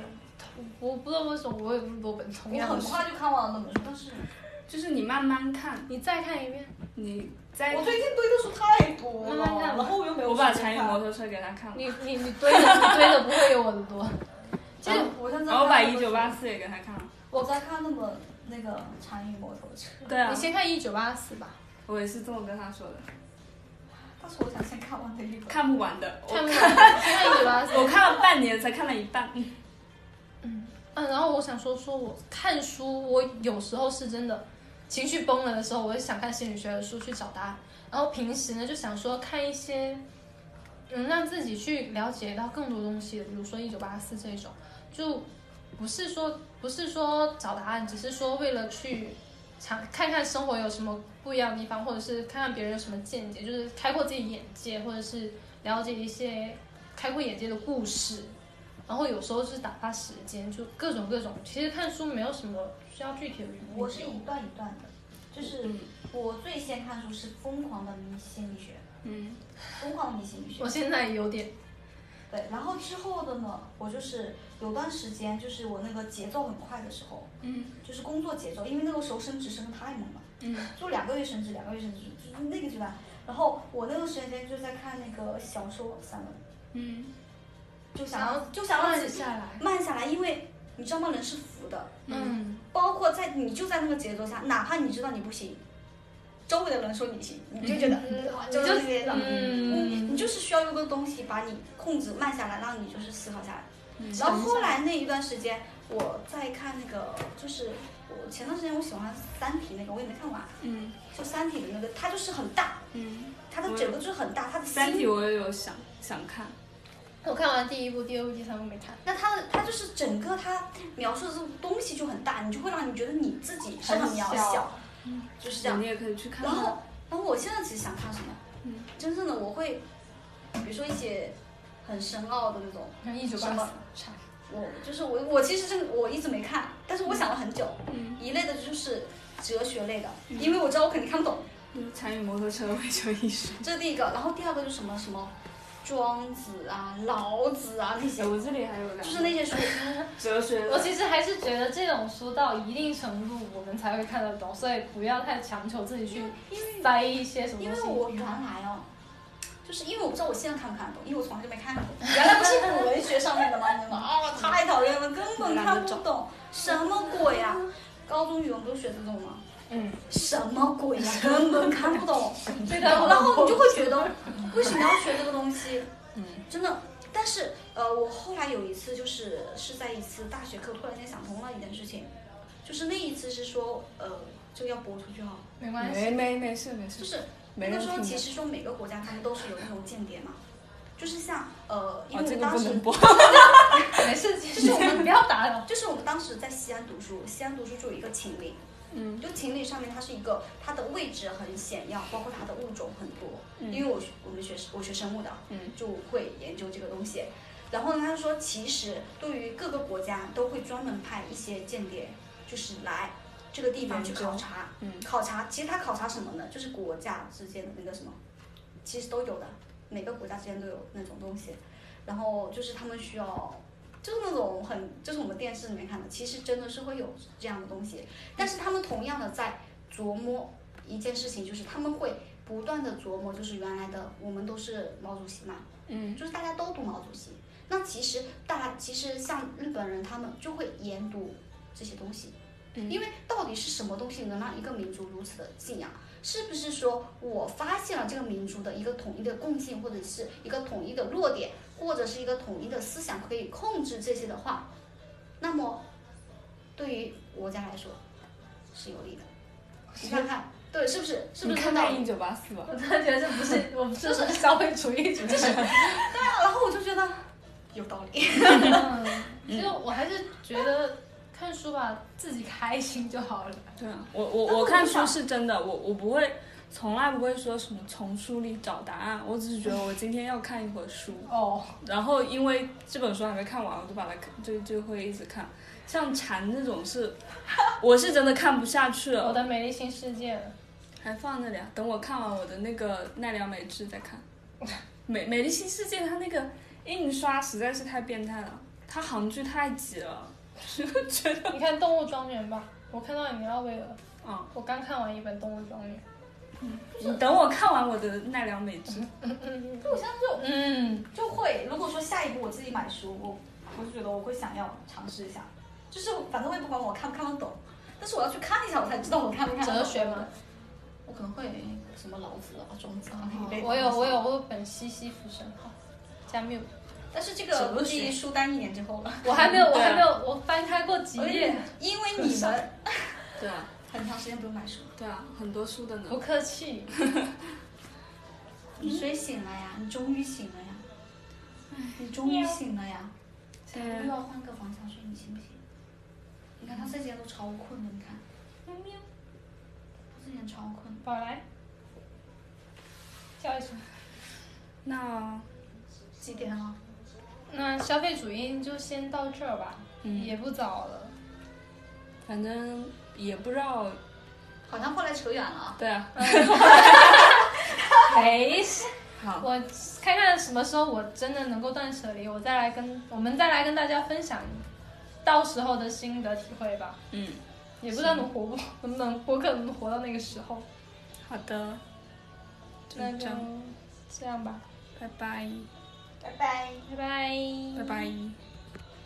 我我不知道为什么我有那么多本同我样的很书。快就看完了那本书，但是嗯就是你慢慢看，你再看一遍，你再我。最近堆的书太多了，慢慢看吧然后我又没有我时间看。把《柴与摩托车》给他看了， 你你 你堆的你堆的不会有我的多。这个我现在然后嗯哦把《一九八，四》也给他看了。我在看那本那个《柴与摩托车》，对啊你，先看一九八四吧，我也是这么跟他说的，但是我想先看完那一本。看不完的。看 我不完，先看一九八四。我看了 半年才看了一半，嗯嗯，然后我想说，说我看书，我有时候是真的情绪崩了的时候，我就想看心理学的书去找答案。然后平时呢，就想说看一些能让自己去了解到更多东西的，比如说《一九八四》这种，就不是说不是说找答案，只是说为了去尝看看生活有什么不一样的地方，或者是看看别人有什么见解，就是开阔自己眼界，或者是了解一些开阔眼界的故事，然后有时候是打发时间，就各种各种。其实看书没有什么需要具体的理由我是一段一段的，就是我最先看书是《疯狂的迷心理学》，嗯，疯狂的迷心理学我。现在有点对，然后之后的呢，我就是有段时间，就是我那个节奏很快的时候，嗯，就是工作节奏，因为那个时候升职升的太猛了，嗯，就两个月升职，两个月升职，就是那个阶段。然后我那个时间就在看那个小说散文，嗯，就想想要要就想让慢自己下来，慢下来，因为你知道吗？人是浮的，嗯，包括在你就在那个节奏下，哪怕你知道你不行，周围的人说你行，你就觉得哇，嗯就是这个节奏，嗯你你就是需要用个东西把你控制慢下来，让你就是思考下来。然后后来那一段时间，我在看那个，就是我前段时间我喜欢《三体》那个，我也没看完，嗯就《三体》的那个，它就是很大，嗯，它的整个就是很大，它的《三体》心我也有想想看，我看完第一部、第二部、第三部没看，那它的它就是整个它描述的这种东西就很大，你就会让你觉得你自己是很渺很小小，就是这样你。也可以去看然后看。，然后我现在其实想看什么，嗯真正的我会，比如说一些很深奥的那种，像一九什八么四，我就是我我其实这个我一直没看，但是我想了很久，嗯，一类的就是哲学类的，因为我知道我肯定看不懂，就是参与摩托车的维修艺术。这是第一个。然后第二个就是什么什么庄子啊、老子啊那些，我这里还有两个，就是那些书，哲学我的，其实还是觉得这种书到一定程度我们才会看得懂，所以不要太强求自己去塞一些什么因东为西。我原来哦。就是因为我不知道我现在看不看得懂，因为我从来就没看过。原来不是古文学上面的吗？你知道吗？啊，我太讨厌了，根本看不懂，什么鬼呀、高中语文不是学这种吗？嗯，什么鬼呀、根本看不懂。对的，然后你就会觉得，为什么要学这个东西？嗯，真的。但是呃，我后来有一次就是是在一次大学课突然间想通了一件事情，就是那一次是说呃，这个要播出去哈，没关没系，没没事没事，就是没那个人时候听其的实说每个国家他们都是有那种间谍嘛，就是像呃，因哦，为我这们个当不时能 播。 没事，其是实我我们们不要打扰。就是我们当时在西安读书，西安读书就有一个秦岭，嗯就秦岭上面它是一个它的位置很显要，包括它的物种很多。嗯因为我学我们学我学生物的，嗯就会研究这个东西。然后呢，他说其实对于各个国家都会专门派一些间谍，就是来这个地方去研究考察，嗯考察其实他考察什么呢？就是国家之间的那个什么，其实都有的，每个国家之间都有那种东西。然后就是他们需要，就是那种很，就是我们电视里面看的，其实真的是会有这样的东西。但是他们同样的在琢磨一件事情，就是他们会不断的琢磨，就是原来的我们都是毛主席嘛，嗯就是大家都读毛主席。那其实大，其实像日本人他们就会研读这些东西，嗯因为到底是什么东西能让一个民族如此的信仰？是不是说我发现了这个民族的一个统一的共性，或者是一个统一的弱点，或者是一个统一的思想可以控制这些的话，那么对于国家来说是有利的。你看看，对，是不是？是不你是看这道看理一九八四吧我。突然觉得这不 是，我们这是消费主义主义。啊然后我就觉得有道理。 嗯其实我还是觉得看书吧，自己开心就好了。对啊，我我但是我我看就书想是真的，我我不会，从来不会说什么从书里找答案，我只是觉得我今天要看一会儿书，哦，然后因为这本书还没看完，我就把它看就就会一直看。像蝉这种是， 我是真的看不下去我了，的美丽新世界，还放那里啊，等我看完我的那个奈良美智再看。 美美丽新世界它那个印刷实在是太变态了，它行距太挤了， 觉得你看《动物庄园》吧，我看到你奥威尔，嗯啊、我刚看完一本《动物庄园》。你等我看完我的奈良美智，就我现在就嗯，就会，如果说下一步我自己买书，我我就觉得我会想要尝试一下，就是反正我也不管我看不看得懂，但是我要去看一下，我才知道我看不看得懂嗯哲学吗？我可能会什么老子啊、庄子啊那一类的。我有我有，我有本《西西弗神话》，加 缪，但是这个哲估学计书单一年之后了，我还没有，我对啊还没有，我翻开过几页，因为你们对啊。很长时间不用买书，对啊，很多书的呢不。客气。你睡醒了呀，你终于醒了呀，你终于醒了呀，现要不在要换个方向睡？你信不信？你看他这几天都超困的，你看，喵喵，他这几天超困的。宝来，叫一声，那几点啊？那消费主义就先到这儿吧，嗯也不早了。反正也不知道，好像后来扯远了啊。对啊，没事，哎好，我看看什么时候我真的能够断舍离，我再来跟我们再来跟大家分享到时候的心得体会吧。嗯，也不知道能活不能不能播客能不能活到那个时候，好的，就那这就样，这样吧，拜拜，拜拜。拜拜，拜拜。